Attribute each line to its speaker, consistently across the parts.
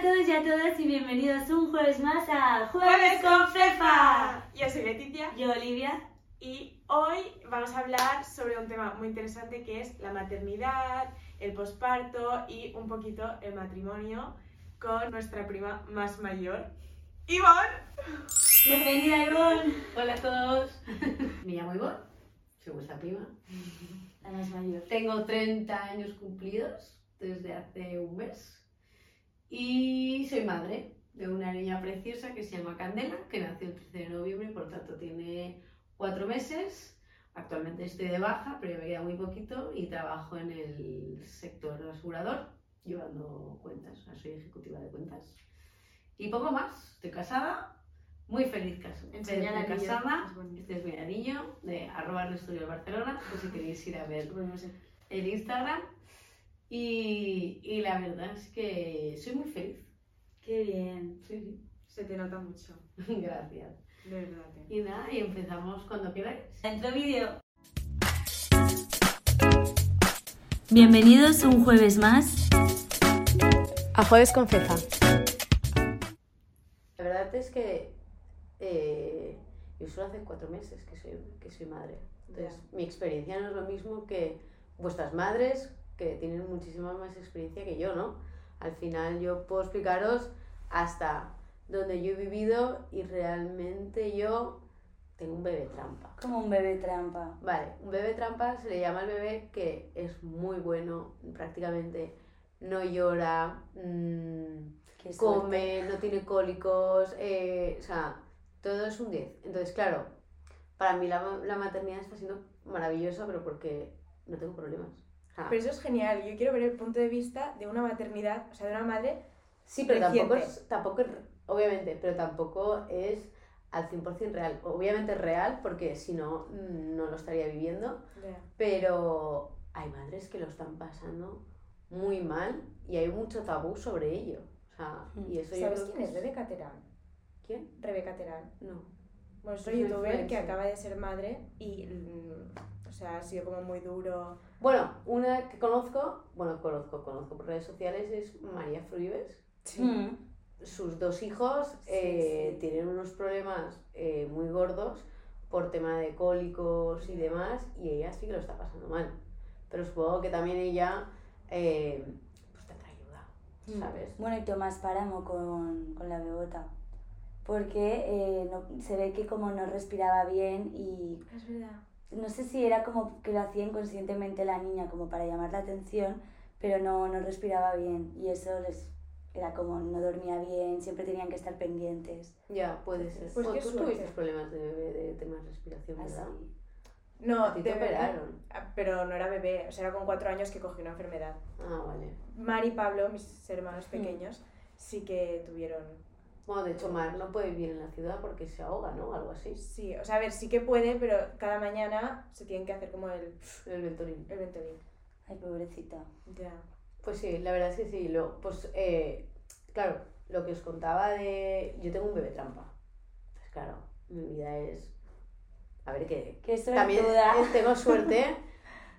Speaker 1: todos y a todas y bienvenidos un jueves más a
Speaker 2: Jueves
Speaker 1: Jueves
Speaker 2: con Fefa. Yo soy Leticia
Speaker 1: con... Yo, Olivia.
Speaker 2: y hoy vamos a hablar sobre un tema muy interesante que es la maternidad, el posparto y un poquito el matrimonio con nuestra prima más mayor, Ivonne.
Speaker 1: Bienvenida, Ivonne.
Speaker 3: Hola a todos. Me llamo Ivonne, soy vuestra prima.
Speaker 1: La más mayor.
Speaker 3: Tengo 30 años cumplidos desde hace un mes y soy madre de una niña preciosa que se llama Candela, que nació el 13 de noviembre y por tanto tiene cuatro meses. Actualmente estoy de baja, pero ya me queda muy poquito y trabajo en el sector asegurador llevando cuentas, o sea, soy ejecutiva de cuentas. Y poco más, estoy casada, muy feliz casa-
Speaker 2: Enseñar
Speaker 3: estoy
Speaker 2: al niño,
Speaker 3: casada.
Speaker 2: es bonito.
Speaker 3: Este es mi anillo de arroba el estudio de Barcelona, por si queréis ir a ver
Speaker 1: Bueno, no sé.
Speaker 3: el Instagram. Y, y la verdad es que soy muy feliz.
Speaker 1: Qué bien.
Speaker 3: Sí,
Speaker 2: Se te nota mucho,
Speaker 3: sí. Gracias.
Speaker 2: de verdad. ¿eh?
Speaker 3: Y nada, y empezamos cuando queráis.
Speaker 1: Dentro vídeo. Bienvenidos un jueves más.
Speaker 4: A Jueves con Fefa.
Speaker 3: La verdad es que eh, yo solo hace cuatro meses que soy, que soy madre. Entonces, mi experiencia no es lo mismo que vuestras madres, que tienen muchísima más experiencia que yo, ¿no? Al final yo puedo explicaros hasta donde yo he vivido y realmente yo tengo un bebé trampa.
Speaker 1: Como un bebé trampa.
Speaker 3: Vale, un bebé trampa se le llama al bebé que es muy bueno, prácticamente no llora, mm,
Speaker 1: Qué suerte.
Speaker 3: come, no tiene cólicos, eh, o sea, todo es un 10. Entonces, claro, para mí la, la maternidad está siendo maravillosa, pero porque no tengo problemas. O sea,
Speaker 5: Pero eso es genial. Yo quiero ver el punto de vista de una maternidad, o sea, de una madre.
Speaker 3: sí, pero tampoco
Speaker 5: reciente.
Speaker 3: es, tampoco es- obviamente, pero tampoco es al 100% real. Obviamente es real porque si no, mm, no lo estaría viviendo, pero hay madres que lo están pasando muy mal y hay mucho tabú sobre ello. O sea, y eso yo
Speaker 5: Hmm. ¿Sabes
Speaker 3: creo
Speaker 5: quién
Speaker 3: que
Speaker 5: es Rebeca Terán?
Speaker 3: ¿Quién?
Speaker 5: Rebeca Terán.
Speaker 3: No.
Speaker 5: Bueno, es
Speaker 3: Es
Speaker 5: una
Speaker 3: una
Speaker 5: youtuber que
Speaker 3: influencer.
Speaker 5: acaba de ser madre y, mm, o sea, ha sido como muy duro.
Speaker 3: Bueno, una que conozco, bueno, conozco, conozco por redes sociales es María Fruibes.
Speaker 1: Mm.
Speaker 3: Sus dos hijos
Speaker 5: Sí,
Speaker 3: eh,
Speaker 5: sí.
Speaker 3: tienen unos problemas eh, muy gordos por tema de cólicos y demás, y ella sí que lo está pasando mal. Pero supongo que también ella eh, pues tendrá ayuda,
Speaker 5: Mm.
Speaker 3: Mm. ¿sabes?
Speaker 6: Bueno, y Tomás Páramo con, con la bebota. Porque eh, no- se ve que como no respiraba bien y
Speaker 5: Es verdad.
Speaker 6: no sé si era como que lo hacía inconscientemente la niña como para llamar la atención, pero no, no respiraba bien y eso les era como no dormía bien, siempre tenían que estar pendientes.
Speaker 3: Ya, puede ser.
Speaker 5: Pues
Speaker 3: Bueno,
Speaker 5: qué
Speaker 3: tú
Speaker 5: suerte.
Speaker 3: tuviste problemas de, de tema de respiración,
Speaker 6: Así.
Speaker 3: ¿verdad?
Speaker 5: No,
Speaker 3: A ti
Speaker 5: de
Speaker 3: te
Speaker 5: bebé.
Speaker 3: operaron.
Speaker 5: Ah, Pero no era bebé, o sea, era con cuatro años que cogió una enfermedad.
Speaker 3: Ah, vale.
Speaker 5: Mar y Pablo, mis
Speaker 3: Mm.
Speaker 5: hermanos pequeños, sí que tuvieron.
Speaker 3: Bueno, de hecho, Mar no puede vivir en la ciudad porque se ahoga, ¿no? Algo así.
Speaker 5: Sí, o sea, a ver, sí que puede, pero cada mañana se tienen que hacer como el,
Speaker 3: El Ventolin.
Speaker 5: el ventolín.
Speaker 6: Ay, pobrecita.
Speaker 5: Ya.
Speaker 3: Pues sí, la verdad es que sí. Lo, pues, eh, claro, lo que os contaba de... Yo tengo un bebé trampa. Pues claro, mi vida es... A ver qué...
Speaker 6: Qué
Speaker 3: También
Speaker 6: suertuda.
Speaker 3: eh, tengo suerte,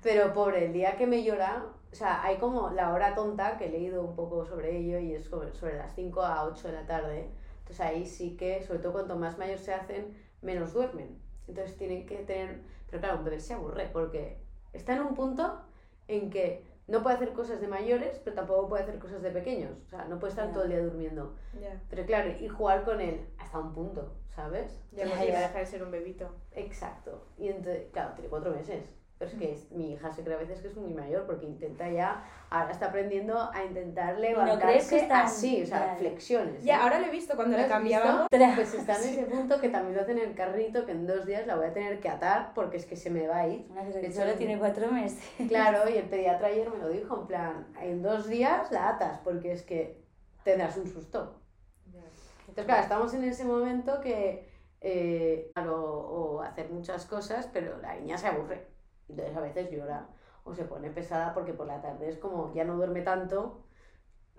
Speaker 3: pero pobre, el día que me llora, o sea, hay como la hora tonta que he leído un poco sobre ello y es sobre, sobre las 5 a 8 de la tarde. Entonces ahí sí que, sobre todo cuanto más mayores se hacen, menos duermen. Entonces tienen que tener. Pero claro, un bebé se aburre porque está en un punto en que no puede hacer cosas de mayores, pero tampoco puede hacer cosas de pequeños. O sea, no puede estar
Speaker 6: Ya.
Speaker 3: todo el día durmiendo.
Speaker 5: Ya.
Speaker 3: Pero claro, y jugar con él hasta un punto, ¿sabes?
Speaker 6: Ya,
Speaker 5: Ya no iba a
Speaker 6: ya.
Speaker 5: dejar de ser un bebito.
Speaker 3: Exacto. Y entonces, claro, tiene cuatro meses. Pero es que es- mi hija se cree a veces que es muy mayor porque intenta ya, ahora está aprendiendo a intentar
Speaker 6: crees que
Speaker 3: levantarse
Speaker 6: están-
Speaker 3: así, o sea,
Speaker 6: ya.
Speaker 3: flexiones. ¿eh?
Speaker 5: Ya, ahora lo he visto cuando
Speaker 3: ¿Lo
Speaker 5: la
Speaker 3: has
Speaker 5: cambiábamos.
Speaker 3: visto? Pues está en ese punto que también lo hacen en el carrito, que en dos días la voy a tener que atar porque es que se me va a ir.
Speaker 6: Una
Speaker 3: De
Speaker 6: que
Speaker 3: hecho,
Speaker 6: solo
Speaker 3: el-
Speaker 6: tiene cuatro meses.
Speaker 3: Claro, y el pediatra ayer me lo dijo, en plan, en dos días la atas porque es que tendrás un susto. Entonces, claro, estamos en ese momento que eh, claro, o hacer muchas cosas, pero la niña se aburre. Entonces a veces llora o se pone pesada porque por la tarde es como ya no duerme tanto.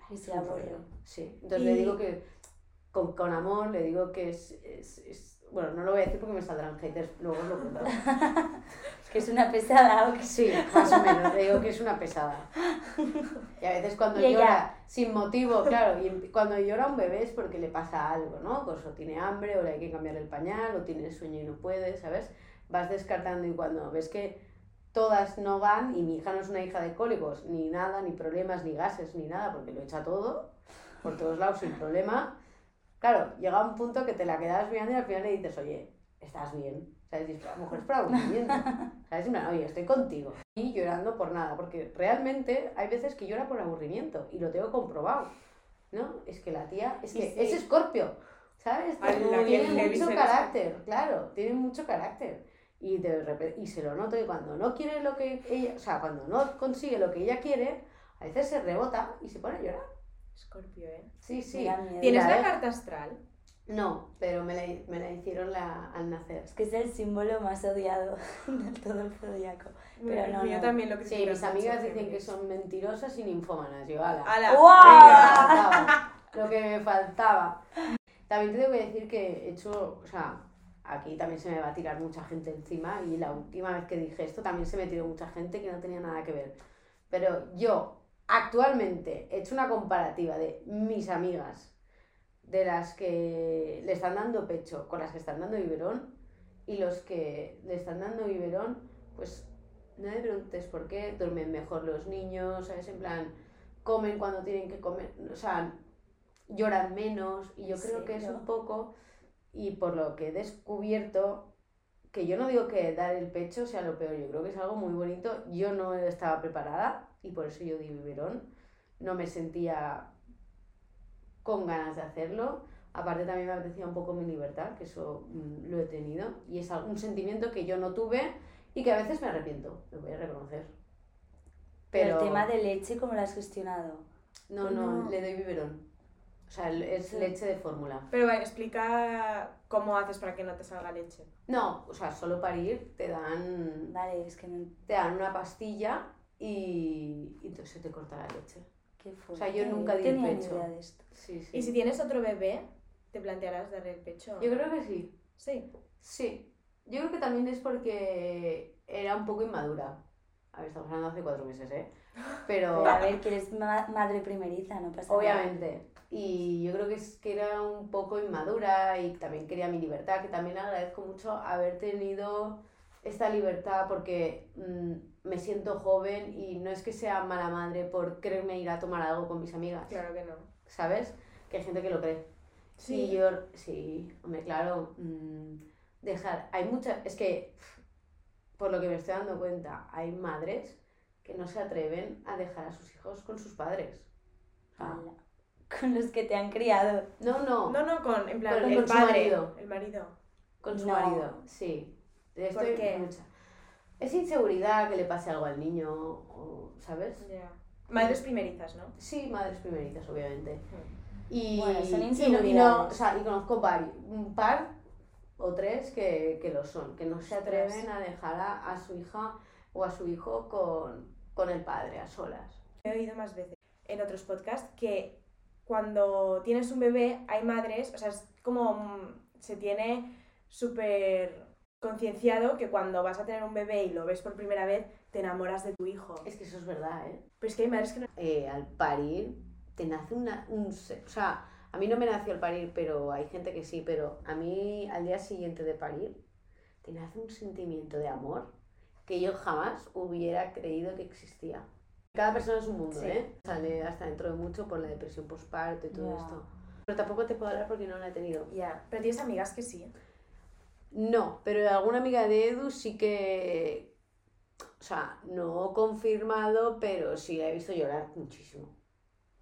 Speaker 6: Y
Speaker 3: Es
Speaker 6: se
Speaker 3: un
Speaker 6: aburre.
Speaker 3: rollo. Sí. Entonces
Speaker 5: Y-
Speaker 3: le digo que con, con amor, le digo que es, es- es- Bueno, no lo voy a decir porque me saldrán haters, luego os lo cuento.
Speaker 6: que es una pesada o que
Speaker 3: Sí, más o menos, te digo que es una pesada. Y a veces cuando
Speaker 6: Y ella-
Speaker 3: llora sin motivo, claro, y em, cuando llora un bebé es porque le pasa algo, ¿no? Pues o tiene hambre, o le hay que cambiar el pañal, o tiene sueño y no puede, ¿sabes? Vas descartando y cuando ves que todas no van, y mi hija no es una hija de cólicos, ni nada, ni problemas, ni gases, ni nada, porque lo echa todo, por todos lados sin problema, claro, llega un punto que te la quedas mirando y al final le dices, oye, estás bien. ¿Sabes? Dices, a lo mejor es para aburrimiento. ¿Sabes? En plan, oye, estoy contigo. Y llorando por nada, porque realmente hay veces que llora por aburrimiento y lo tengo comprobado. ¿No? Es que la tía es que
Speaker 5: Y sí.
Speaker 3: es escorpio, ¿sabes?
Speaker 5: Ay, la tía
Speaker 3: tiene
Speaker 5: es heavy,
Speaker 3: mucho
Speaker 5: se
Speaker 3: carácter, claro, tiene mucho carácter. Y de repente, y se lo noto que cuando no quiere lo que ella, o sea, cuando no consigue lo que ella quiere, a veces se rebota y se pone a llorar.
Speaker 5: Escorpio, ¿eh?
Speaker 3: Sí, sí.
Speaker 6: me da miedo.
Speaker 5: ¿Tienes
Speaker 3: Mira,
Speaker 5: la
Speaker 3: eh.
Speaker 5: carta astral?
Speaker 3: No, pero me la, me la hicieron la- al nacer.
Speaker 6: Es que es el símbolo más odiado de todo el zodiaco.
Speaker 5: Mira,
Speaker 6: Pero no,
Speaker 5: el mío
Speaker 6: no.
Speaker 5: también lo
Speaker 3: Sí,
Speaker 5: critican
Speaker 3: mis
Speaker 5: mucho,
Speaker 3: amigas dicen que
Speaker 5: feministas.
Speaker 3: son mentirosas y ninfómanas. Yo, ala.
Speaker 5: ¡Hala!
Speaker 6: ¡Guau!
Speaker 5: venga.
Speaker 3: Lo que me faltaba. Lo que me faltaba. También te tengo que decir que he hecho, o sea, aquí también se me va a tirar mucha gente encima y la última vez que dije esto también se me tiró mucha gente que no tenía nada que ver. Pero yo actualmente he hecho una comparativa de mis amigas, de las que le están dando pecho con las que están dando biberón y los que le están dando biberón, pues no me preguntes por qué, duermen mejor los niños, ¿sabes? En plan, comen cuando tienen que comer, o sea, lloran menos y yo creo que es
Speaker 6: serio?
Speaker 3: un poco, y por lo que he descubierto, que yo no digo que dar el pecho sea lo peor, yo creo que es algo muy bonito, yo no estaba preparada y por eso yo di biberón, no me sentía con ganas de hacerlo, Aparte también me apetecía un poco mi libertad, que eso mm, lo he tenido, y es al- un sentimiento que yo no tuve y que a veces me arrepiento, lo voy a reconocer.
Speaker 6: Pero
Speaker 3: Pero
Speaker 6: el tema de leche, ¿cómo lo has gestionado?
Speaker 3: no, no,
Speaker 5: No.
Speaker 3: le doy biberón. O sea, el- es
Speaker 6: Sí.
Speaker 3: leche de fórmula.
Speaker 5: Pero vale, explica cómo haces para que no te salga leche.
Speaker 3: No, o sea, solo parir te dan,
Speaker 6: Vale, es que no...
Speaker 3: te dan una pastilla y, y entonces se te corta la leche.
Speaker 6: ¿Qué fue?
Speaker 3: O sea, yo nunca di el
Speaker 6: tenía ni
Speaker 3: pecho.
Speaker 6: idea de esto.
Speaker 3: Sí, sí.
Speaker 5: Y si tienes otro bebé, ¿te plantearás darle el pecho?
Speaker 3: Yo creo que sí.
Speaker 5: Sí.
Speaker 3: Sí, yo creo que también es porque era un poco inmadura. A ver, estamos hablando hace cuatro meses, ¿eh? Pero
Speaker 6: Pero a ver, que eres ma- madre primeriza, no pasa
Speaker 3: obviamente. Y yo creo que es que era un poco inmadura y también quería mi libertad, que también agradezco mucho haber tenido esta libertad porque mm, me siento joven y no es que sea mala madre por quererme ir a tomar algo con mis amigas,
Speaker 5: Claro que no.
Speaker 3: ¿sabes? Que hay gente que lo cree. Sí, yo, sí, hombre, claro, mm, dejar, hay muchas, es que, por lo que me estoy dando cuenta, hay madres que no se atreven a dejar a sus hijos con sus padres. O sea,
Speaker 6: nada. Ala. Con los que te han criado.
Speaker 3: no, no,
Speaker 5: No, no, con, en plan,
Speaker 3: Con-
Speaker 5: el
Speaker 3: con su
Speaker 5: padre,
Speaker 3: marido.
Speaker 5: el marido.
Speaker 3: con su
Speaker 6: no.
Speaker 3: marido, sí. De esto
Speaker 5: ¿Por
Speaker 3: hay
Speaker 5: qué?
Speaker 3: mucha. Es inseguridad que le pase algo al niño, o- ¿sabes?
Speaker 5: Ya. Madres primerizas, ¿no?
Speaker 3: Sí, madres primerizas, obviamente. Y,
Speaker 6: Bueno, son
Speaker 3: y no- y, no,
Speaker 6: inseguridades.
Speaker 3: o sea, y conozco varios, un par o tres que, que lo son, que no se
Speaker 5: Ostras.
Speaker 3: atreven a dejar a, a su hija o a su hijo con, con el padre, a solas.
Speaker 5: He oído más veces en otros podcasts que cuando tienes un bebé hay madres, o sea, es como mm, se tiene súper concienciado que cuando vas a tener un bebé y lo ves por primera vez, te enamoras de tu hijo.
Speaker 3: Es que eso es verdad, ¿eh?
Speaker 5: Pero es que hay madres que no...
Speaker 3: Eh, al parir te nace una, un... se- O sea, a mí no me nació el parir, pero hay gente que sí, pero a mí al día siguiente de parir te nace un sentimiento de amor que yo jamás hubiera creído que existía. Cada persona es un mundo,
Speaker 6: Sí.
Speaker 3: ¿eh? Sale hasta dentro de mucho por la depresión postparto y todo
Speaker 6: Ya.
Speaker 3: esto. Pero tampoco te puedo hablar porque no la he tenido.
Speaker 5: Ya, pero tienes amigas que sí.
Speaker 3: No, pero alguna amiga de Edu sí que... O sea, no confirmado, pero sí la he visto llorar muchísimo,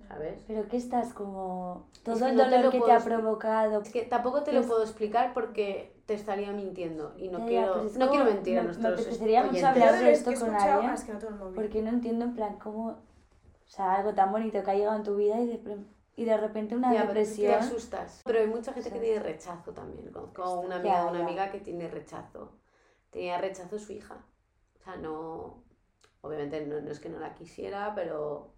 Speaker 3: ¿sabes?
Speaker 6: Pero que estás como... Todo
Speaker 3: Es que
Speaker 6: el
Speaker 3: no te
Speaker 6: dolor
Speaker 3: lo
Speaker 6: que te
Speaker 3: puedo
Speaker 6: ha
Speaker 3: explicar.
Speaker 6: provocado.
Speaker 3: Es que tampoco te lo
Speaker 6: Pues-
Speaker 3: puedo explicar porque te estaría mintiendo y no
Speaker 6: Ya,
Speaker 3: quiero,
Speaker 6: pues es
Speaker 3: no
Speaker 6: como-
Speaker 3: quiero mentir a
Speaker 6: me- me
Speaker 3: nuestros
Speaker 6: apetecería mucho
Speaker 3: oyentes.
Speaker 6: hablar
Speaker 5: Yo
Speaker 6: de
Speaker 5: es
Speaker 6: esto
Speaker 5: que he
Speaker 6: con
Speaker 5: escuchado
Speaker 6: alguien,
Speaker 5: más que no todo el móvil.
Speaker 6: Porque no entiendo en plan cómo... O sea, algo tan bonito que ha llegado en tu vida y de, pre- y de repente una
Speaker 3: Ya, Te
Speaker 6: depresión.
Speaker 3: asustas. Pero hay mucha gente que
Speaker 6: Sí.
Speaker 3: tiene rechazo también. Conozco una
Speaker 6: Ya,
Speaker 3: amiga, una
Speaker 6: ya.
Speaker 3: amiga que tiene rechazo. Tenía rechazo su hija. O sea, no. Obviamente no, no es que no la quisiera, pero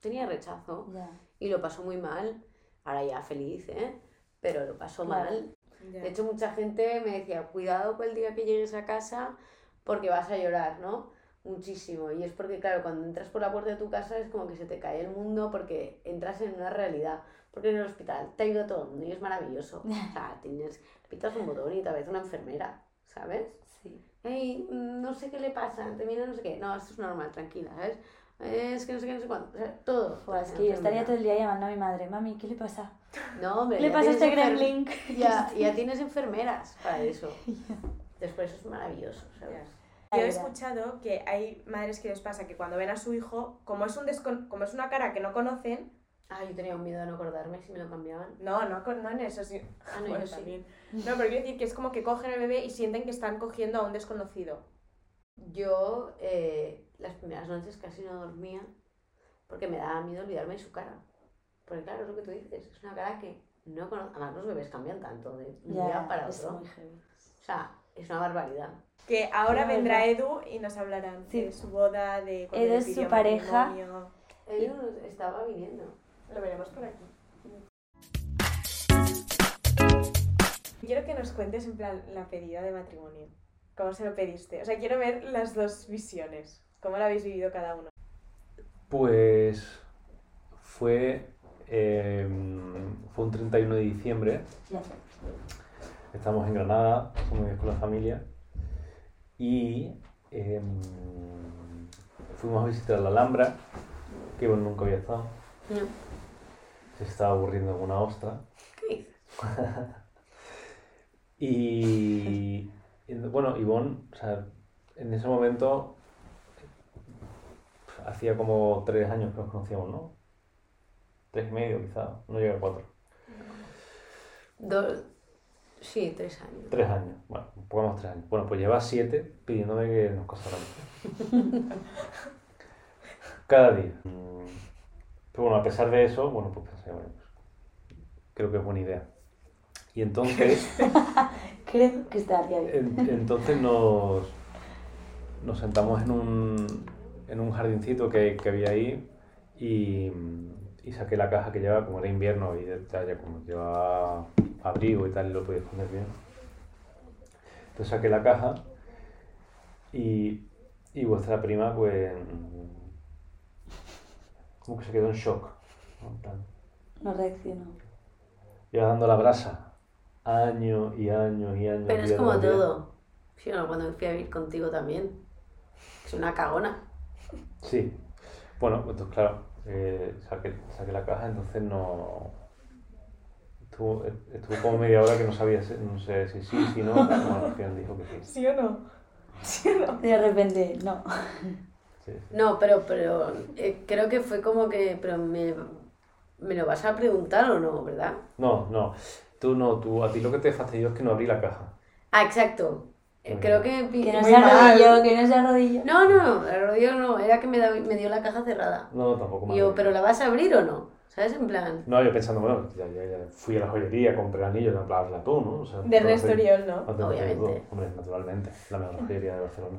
Speaker 3: tenía rechazo
Speaker 6: Ya.
Speaker 3: y lo pasó muy mal. Ahora ya feliz, ¿eh? Pero lo pasó
Speaker 6: Claro.
Speaker 3: mal.
Speaker 5: Ya.
Speaker 3: De hecho, mucha gente me decía, cuidado con el día que llegues a casa, porque vas a llorar, ¿no? Muchísimo. Y es porque, claro, cuando entras por la puerta de tu casa es como que se te cae el mundo porque entras en una realidad. Porque en el hospital te ayuda todo el mundo y es maravilloso. O sea, tienes, pitas un botón y te vez una enfermera, ¿sabes?
Speaker 6: Sí.
Speaker 3: Ey, mm, no sé qué le pasa, te mira no sé qué. No, esto es normal, tranquila, ¿sabes? Es que no sé qué, no sé cuánto. O sea, todo.
Speaker 6: Buah, pues es que yo estaría todo el día llamando a mi madre. Mami, ¿qué le pasa?
Speaker 3: No, hombre,
Speaker 6: ¿Qué le
Speaker 3: ya
Speaker 6: pasa a este
Speaker 3: tienes enfer-
Speaker 6: gremlin?
Speaker 3: Ya, ya tienes enfermeras para eso. Después eso es maravilloso, ¿sabes?
Speaker 5: Yo he
Speaker 6: Ahora.
Speaker 5: escuchado que hay madres que les pasa que cuando ven a su hijo, como es, un descon- como es una cara que no conocen,
Speaker 3: Ah, yo tenía un miedo de no acordarme si me lo cambiaban.
Speaker 5: no, no, con- no en eso, sí.
Speaker 3: Ah, no,
Speaker 5: Bueno,
Speaker 3: yo sí.
Speaker 5: también. No, pero quiero decir que es como que cogen al bebé y sienten que están cogiendo a un desconocido.
Speaker 3: Yo eh, las primeras noches casi no dormía porque me daba miedo olvidarme de su cara. Porque claro, es lo que tú dices, es una cara que no conozco. Además los bebés cambian tanto de un día para
Speaker 6: es
Speaker 3: otro.
Speaker 6: muy heavy.
Speaker 3: O sea, es una barbaridad.
Speaker 5: Que ahora
Speaker 6: No,
Speaker 5: vendrá
Speaker 6: no.
Speaker 5: Edu y nos hablarán
Speaker 6: Ah, Sí.
Speaker 5: de su boda, de cuando
Speaker 6: Edu
Speaker 5: le
Speaker 6: es su
Speaker 5: pidió
Speaker 6: pareja.
Speaker 5: matrimonio.
Speaker 3: Él nos estaba viniendo.
Speaker 5: Lo veremos por aquí. Quiero que nos cuentes en plan la pedida de matrimonio. ¿Cómo se lo pediste? O sea, quiero ver las dos visiones. ¿Cómo la habéis vivido cada uno?
Speaker 7: Pues fue, eh, fue un 31 de diciembre.
Speaker 6: Ya.
Speaker 7: Estamos en Granada, somos con la familia. Y eh, fuimos a visitar la Alhambra, que bueno, nunca había estado.
Speaker 3: No.
Speaker 7: Se estaba aburriendo alguna ostra. y, y, bueno, Ivonne, o sea, en ese momento hacía como tres años que nos conocíamos, ¿no? Tres y medio quizá, no llega a cuatro.
Speaker 3: Dos, sí, tres años.
Speaker 7: Tres años, bueno, un poco más de tres años. Bueno, pues lleva siete pidiéndome que nos casáramos. Cada día. Mm, Pero bueno, a pesar de eso, bueno, pues pensé, bueno, pues, creo que es buena idea. Y entonces...
Speaker 6: Creo que estaría
Speaker 3: Eh.
Speaker 6: bien.
Speaker 7: En- Entonces nos, nos sentamos en un, en un jardincito que, que había ahí y, y saqué la caja que llevaba, como era invierno y ya- ya como llevaba abrigo y tal, y lo podía esconder bien. Entonces saqué la caja y, y vuestra prima, pues. como que se quedó en shock. ¿no? En plan,
Speaker 6: No reaccionó.
Speaker 7: Lleva dando la brasa años y años y años.
Speaker 3: Pero es
Speaker 7: día
Speaker 3: como
Speaker 7: tras día.
Speaker 3: todo. Sí, no, cuando fui a vivir contigo también. Es una cagona.
Speaker 7: Sí. Bueno, entonces claro, eh, saqué, saqué la caja, entonces no... Estuvo, eh, estuvo como media hora que no sabía, si- no sé si sí, si no, bueno, al final dijo que sí.
Speaker 5: ¿Sí o no?
Speaker 6: De repente, no.
Speaker 7: sí, sí.
Speaker 3: No, pero, pero eh, creo que fue como que. Pero me, me lo vas a preguntar o no, ¿verdad?
Speaker 7: No, no, tú no, tú, a ti lo que te fastidió es que no abrí la caja.
Speaker 3: Ah, exacto. Eh,
Speaker 7: Muy
Speaker 3: creo que.
Speaker 6: Que no
Speaker 3: muy
Speaker 6: se
Speaker 3: mal.
Speaker 6: arrodilló, que no se arrodilló.
Speaker 3: No, no, no, el rodillo no. Era que me, da- me dio la caja cerrada.
Speaker 7: No, no, tampoco me
Speaker 3: Y yo,
Speaker 7: abrí.
Speaker 3: ¿pero la vas a abrir o no? ¿Sabes? En plan.
Speaker 7: No, yo pensando, bueno, ya, ya, ya fui a la joyería, compré el anillo, la habla tú, ¿no? O sea,
Speaker 5: De
Speaker 7: no
Speaker 5: Ernesto
Speaker 7: sé.
Speaker 5: Oriol, ¿no?
Speaker 7: No tengo
Speaker 3: Obviamente.
Speaker 7: duda. Hombre, naturalmente, la mejor joyería de Barcelona.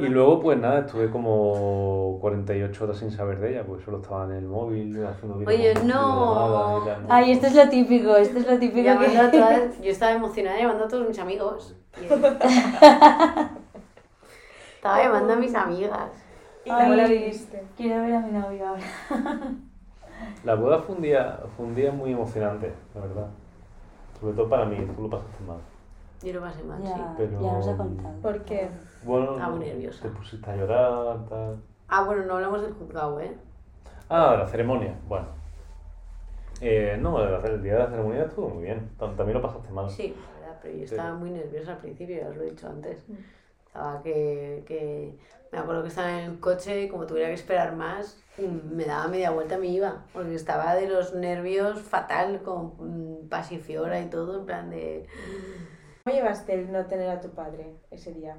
Speaker 7: Y luego, pues nada, estuve como 48 horas sin saber de ella, porque solo estaba en el móvil haciendo video-
Speaker 3: Oye,
Speaker 7: videollamadas
Speaker 3: no. este
Speaker 7: y tal.
Speaker 6: Ay, esto es lo típico, esto es lo típico
Speaker 3: Llamando a
Speaker 6: que...
Speaker 3: todas- yo estaba emocionada llamando a todos mis amigos. Y- estaba llamando a mis amigas.
Speaker 5: ¿Y cómo la
Speaker 6: Ay.
Speaker 5: viviste?
Speaker 6: Quiero ver a mi novio ahora.
Speaker 7: La boda fue un, día, fue un día muy emocionante, la verdad. Sobre todo para mí, tú lo pasaste mal.
Speaker 3: Yo lo pasé mal, sí.
Speaker 6: Ya,
Speaker 7: Pero-
Speaker 6: ya nos ha contado.
Speaker 5: ¿Por qué?
Speaker 7: Bueno,
Speaker 3: Estaba muy nerviosa.
Speaker 7: te pusiste a llorar, tal.
Speaker 3: Ah, bueno, no hablamos del juzgado, ¿eh?
Speaker 7: Ah, la ceremonia, bueno. Eh, no, la- el día de la ceremonia estuvo muy bien, tam- también lo pasaste mal.
Speaker 3: Sí, la verdad, pero yo
Speaker 7: Ah. Sí.
Speaker 3: estaba muy nerviosa al principio, ya os lo he dicho antes.
Speaker 6: Mm.
Speaker 3: Estaba que, que... Me acuerdo que estaba en el coche y como tuviera que esperar más, mm, me daba media vuelta y me iba. Porque estaba de los nervios fatal, con mm, pasifiora y todo, en plan de...
Speaker 5: ¿Cómo llevaste el no tener a tu padre ese día?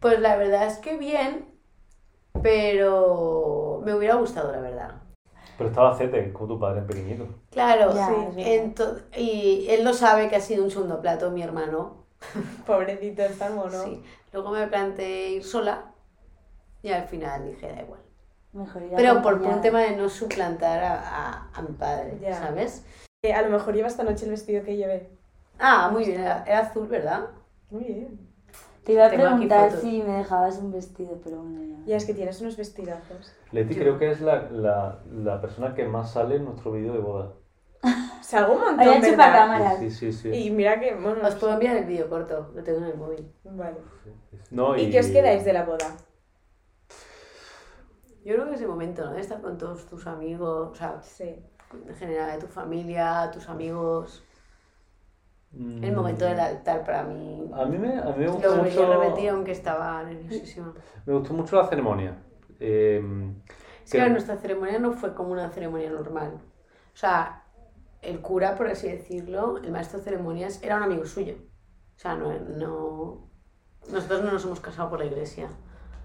Speaker 3: Pues la verdad es que bien, pero me hubiera gustado, la verdad.
Speaker 7: Pero estaba Cete, con tu padre en pequeñito.
Speaker 3: Claro,
Speaker 6: Ya,
Speaker 3: sí.
Speaker 6: es verdad.
Speaker 3: Ento- y él lo sabe que ha sido un segundo plato, mi hermano.
Speaker 5: Pobrecito, está mono.
Speaker 3: Sí. Luego me planteé ir sola y al final dije, da igual.
Speaker 6: Mejor ir
Speaker 3: Pero por, por
Speaker 6: acompañada.
Speaker 3: un tema de no suplantar a, a- a mi padre,
Speaker 5: Ya.
Speaker 3: ¿sabes?
Speaker 5: Eh, a lo mejor lleva esta noche el vestido que llevé.
Speaker 3: Ah, muy bien, era, era azul, ¿verdad?
Speaker 5: Muy bien.
Speaker 6: Te iba a
Speaker 3: Tengo aquí
Speaker 6: preguntar
Speaker 3: fotos.
Speaker 6: si me dejabas un vestido, pero bueno, ya.
Speaker 5: Ya es que tienes unos vestidazos.
Speaker 7: Leti creo que es la, la, la persona que más sale en nuestro vídeo de boda.
Speaker 5: Salgo un montón,
Speaker 6: Había hecho para
Speaker 5: ¿verdad?
Speaker 6: cámara.
Speaker 7: Sí, sí, sí.
Speaker 5: Y mira que, bueno,
Speaker 3: Os puedo enviar el vídeo corto, lo tengo en el móvil.
Speaker 5: vale.
Speaker 7: No,
Speaker 5: ¿Y qué os quedáis de la boda?
Speaker 3: Yo creo que es el momento, ¿no? De estar con todos tus amigos, o sea,
Speaker 5: Sí.
Speaker 3: en general, de tu familia, tus amigos.
Speaker 7: Mm,
Speaker 3: El momento del altar para mí.
Speaker 7: A mí me, a mí me
Speaker 3: Lo
Speaker 7: gustó
Speaker 3: volví
Speaker 7: mucho...
Speaker 3: a repetir, aunque estaba nerviosísima.
Speaker 7: Me gustó mucho la ceremonia. Eh,
Speaker 3: Es
Speaker 7: que-
Speaker 3: que nuestra ceremonia no fue como una ceremonia normal. O sea, el cura, por así decirlo, el maestro de ceremonias, era un amigo suyo. O sea, no. no- Nosotros no nos hemos casado por la iglesia.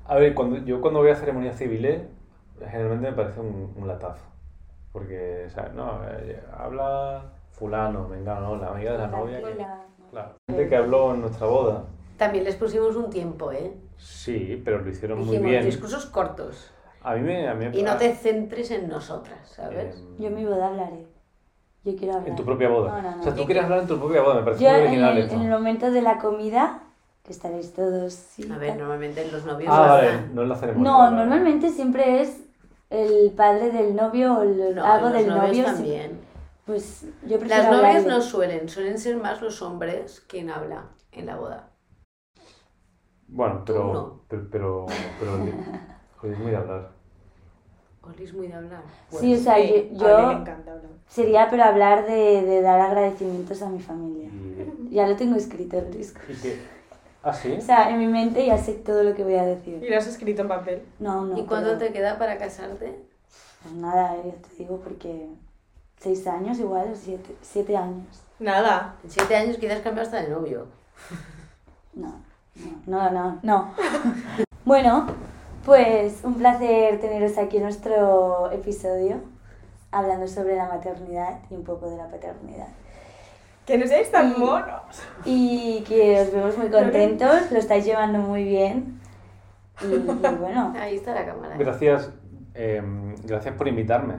Speaker 7: a ver, cuando, yo cuando voy a ceremonias civiles, generalmente me parece un, un latazo. Porque, o sea, no, eh, habla fulano, venga, no, la amiga de la novia. que-
Speaker 6: Hola.
Speaker 7: Claro. Gente que habló en nuestra boda.
Speaker 3: También les pusimos un tiempo, ¿eh?
Speaker 7: Sí, pero lo hicieron muy
Speaker 3: Dijimos
Speaker 7: bien.
Speaker 3: discursos cortos.
Speaker 7: A mí me... A mí,
Speaker 3: Y no te centres en nosotras, ¿sabes?
Speaker 7: em,
Speaker 6: Yo en mi boda hablaré. Yo quiero hablar.
Speaker 7: En tu propia boda.
Speaker 6: No, no, no.
Speaker 7: O sea, tú quieres hablar en tu propia boda, me parece
Speaker 6: Yo
Speaker 7: Pues muy
Speaker 6: en
Speaker 7: original
Speaker 6: el,
Speaker 7: esto.
Speaker 6: en el momento de la comida, que estaréis todos. sí,
Speaker 3: A ver,
Speaker 6: tal.
Speaker 3: normalmente los novios.
Speaker 7: Ah,
Speaker 3: lo
Speaker 7: vale,
Speaker 3: hacen.
Speaker 7: no en la ceremonia.
Speaker 6: No,
Speaker 7: vale.
Speaker 6: normalmente siempre es el padre del novio o el,
Speaker 3: No,
Speaker 6: algo
Speaker 3: los
Speaker 6: del
Speaker 3: novios
Speaker 6: novio. sí.
Speaker 3: también.
Speaker 6: Pues yo prefiero
Speaker 3: Las
Speaker 6: hablar
Speaker 3: novias
Speaker 6: yo.
Speaker 3: no suelen, suelen ser más los hombres quien habla en la boda.
Speaker 7: Bueno, pero...
Speaker 3: Tú no.
Speaker 7: Pero... Pero... pero joder, muy de hablar.
Speaker 3: Oli es muy de hablar.
Speaker 6: Sí, o sea,
Speaker 5: Sí,
Speaker 6: yo,
Speaker 5: a mí me
Speaker 6: yo
Speaker 5: encanta hablar.
Speaker 6: sería pero hablar de, de dar agradecimientos a mi familia.
Speaker 7: Y,
Speaker 6: Ya lo tengo escrito en disco.
Speaker 7: y que... ¿Ah, sí?
Speaker 6: O sea, en mi mente ya sé todo lo que voy a decir.
Speaker 5: Y lo has escrito en papel.
Speaker 6: No, aún no.
Speaker 3: ¿Y cuánto
Speaker 6: pero-
Speaker 3: te queda para casarte?
Speaker 6: pues nada, eh, ya te digo porque seis años igual o siete, siete años.
Speaker 5: Nada.
Speaker 3: En siete años quizás cambiar hasta de novio.
Speaker 6: No, no, no, no. no. bueno, pues un placer teneros aquí en nuestro episodio hablando sobre la maternidad y un poco de la paternidad.
Speaker 5: Que no seáis tan
Speaker 6: Y-
Speaker 5: monos.
Speaker 6: Y que os vemos muy contentos, lo estáis llevando muy bien. Y, y bueno,
Speaker 3: Ahí está la
Speaker 7: ¿eh?
Speaker 3: cámara.
Speaker 7: Gracias, em, gracias por invitarme.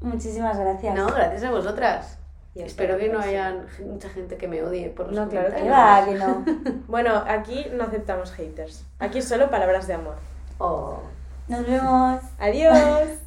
Speaker 6: muchísimas gracias.
Speaker 3: No, gracias a vosotras.
Speaker 5: Y hasta
Speaker 3: Espero
Speaker 5: la
Speaker 3: que no
Speaker 5: próxima.
Speaker 3: haya gen- mucha gente que me odie por los
Speaker 5: No, claro
Speaker 6: Que
Speaker 3: comentarios.
Speaker 6: va, que no.
Speaker 5: Bueno, aquí no aceptamos haters. Aquí solo palabras de amor.
Speaker 3: Oh.
Speaker 6: Nos vemos.
Speaker 5: Adiós.